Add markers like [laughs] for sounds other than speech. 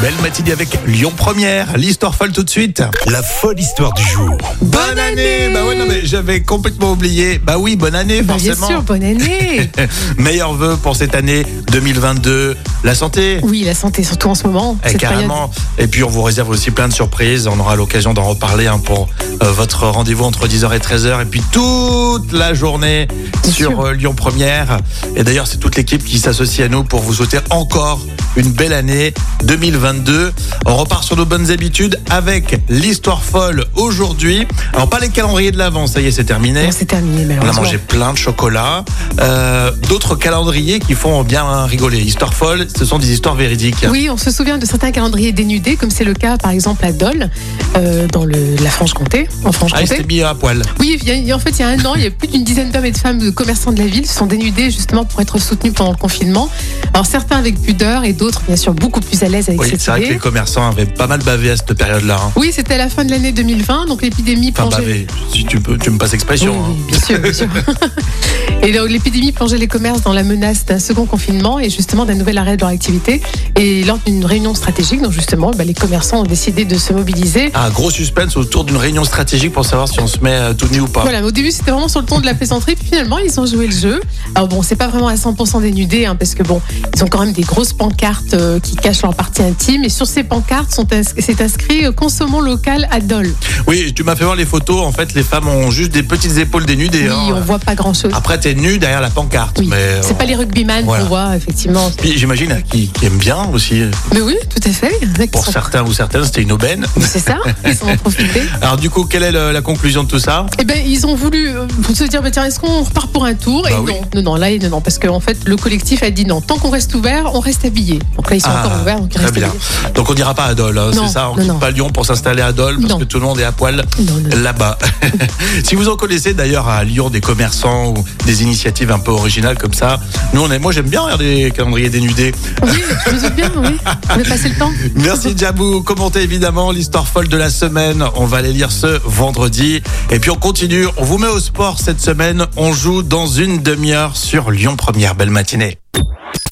Belle matinée avec Lyon Première, l'histoire folle tout de suite. La folle histoire du jour. Bonne année Bah ouais non mais j'avais complètement oublié. Bah oui, bonne année Bah, bien forcément. sûr, bonne année. [laughs] Meilleurs vœux pour cette année 2022, la santé. oui, la santé, surtout en ce moment. eh, cette carrément. Et puis on vous réserve aussi plein de surprises. On aura l'occasion d'en reparler hein, pour euh, votre rendez-vous entre 10h et 13h. Et puis toute la journée Bien sur sûr. euh, Lyon Première. Et d'ailleurs c'est toute l'équipe qui s'associe à nous pour vous souhaiter encore une belle année 2022. On repart sur nos bonnes habitudes avec l'histoire folle aujourd'hui. Alors pas les calendriers de l'avant, ça y est c'est terminé. période. Bon, c'est terminé, On a malheureusement. mangé plein de chocolat. Euh, D'autres calendriers qui font bien rigoler. Histoire folle, ce sont des histoires véridiques. Oui, on se souvient de certains calendriers dénudés, comme c'est le cas par exemple à Dole, euh, dans le, la Franche-Comté, en Ah, il s'est Franche-Comté. mis à poil. Oui, il y a- il y a- en fait, il y a un an, il y a plus d'une dizaine d'hommes et de femmes de commerçants de la ville se sont dénudés justement pour être soutenus pendant le confinement. Alors certains avec pudeur et d'autres, bien sûr, beaucoup plus à l'aise avec Oui, cette c'est vrai que les idée. commerçants avaient pas mal bavé à cette période-là. hein. Oui, c'était à la fin de l'année 2020, donc l'épidémie Enfin, plongeait- bavé, si tu, peux, tu me passes expression. Oui, hein. oui, bien sûr, bien [laughs] sûr. Et donc, l'épidémie plongeait les commerces dans la menace d'un second confinement et justement d'un nouvel arrêt de leur activité. Et lors d'une réunion stratégique, donc justement, bah, les commerçants ont décidé de se mobiliser. Ah, gros suspense autour d'une réunion stratégique pour savoir si on se met euh, tout nu ou pas. Voilà, au début c'était vraiment sur le ton de la plaisanterie, puis finalement ils ont joué le jeu. Alors bon, c'est pas vraiment à 100% dénudé, hein, parce que bon, ils ont quand même des grosses pancartes euh, qui cachent leur partie intime, et sur ces pancartes sont ins- c'est inscrit euh, Consommons local à Dole. Oui, tu m'as fait voir les photos. En fait, les femmes ont juste des petites épaules dénudées. Oui, hein. on voit pas grand chose. Après, t'es nu derrière la pancarte. Oui, mais, c'est euh, pas les rugbyman voilà. qu'on voit, effectivement. Puis j'imagine euh, qui, qui aiment bien aussi. euh, Mais oui, tout à fait. Il y en a qui Pour sont- certains ou certaines, c'était une aubaine. Mais C'est ça, ils en ont profité. Alors du coup, quelle est le- la conclusion de tout ça Eh ben, ils ont voulu euh, se dire, bah, tiens, est-ce qu'on repart pour un tour Et Bah oui. non, non, non, là, non, non, parce qu'en fait, le collectif a dit non, tant qu'on reste ouvert, on reste habillé. Donc là, ils sont Ah, encore ouverts, donc ils Très restent bien. habillés. Donc on dira pas à Dole, hein, Non, c'est ça On non, quitte non. pas Lyon pour s'installer à Dole parce Non. que tout le monde est à poil. Non, non, non. là-bas. [laughs] si vous en connaissez d'ailleurs à Lyon des commerçants ou des initiatives un peu originales comme ça, nous on est, moi j'aime bien regarder les calendriers dénudés. Oui, je me souviens, oui. On a passé le temps. Merci Jabou, commentez évidemment l'histoire folle de la semaine, on va les lire ce vendredi. Et puis on continue, on vous met au sport cette semaine, on joue dans une demi-heure sur Lyon Première, belle matinée.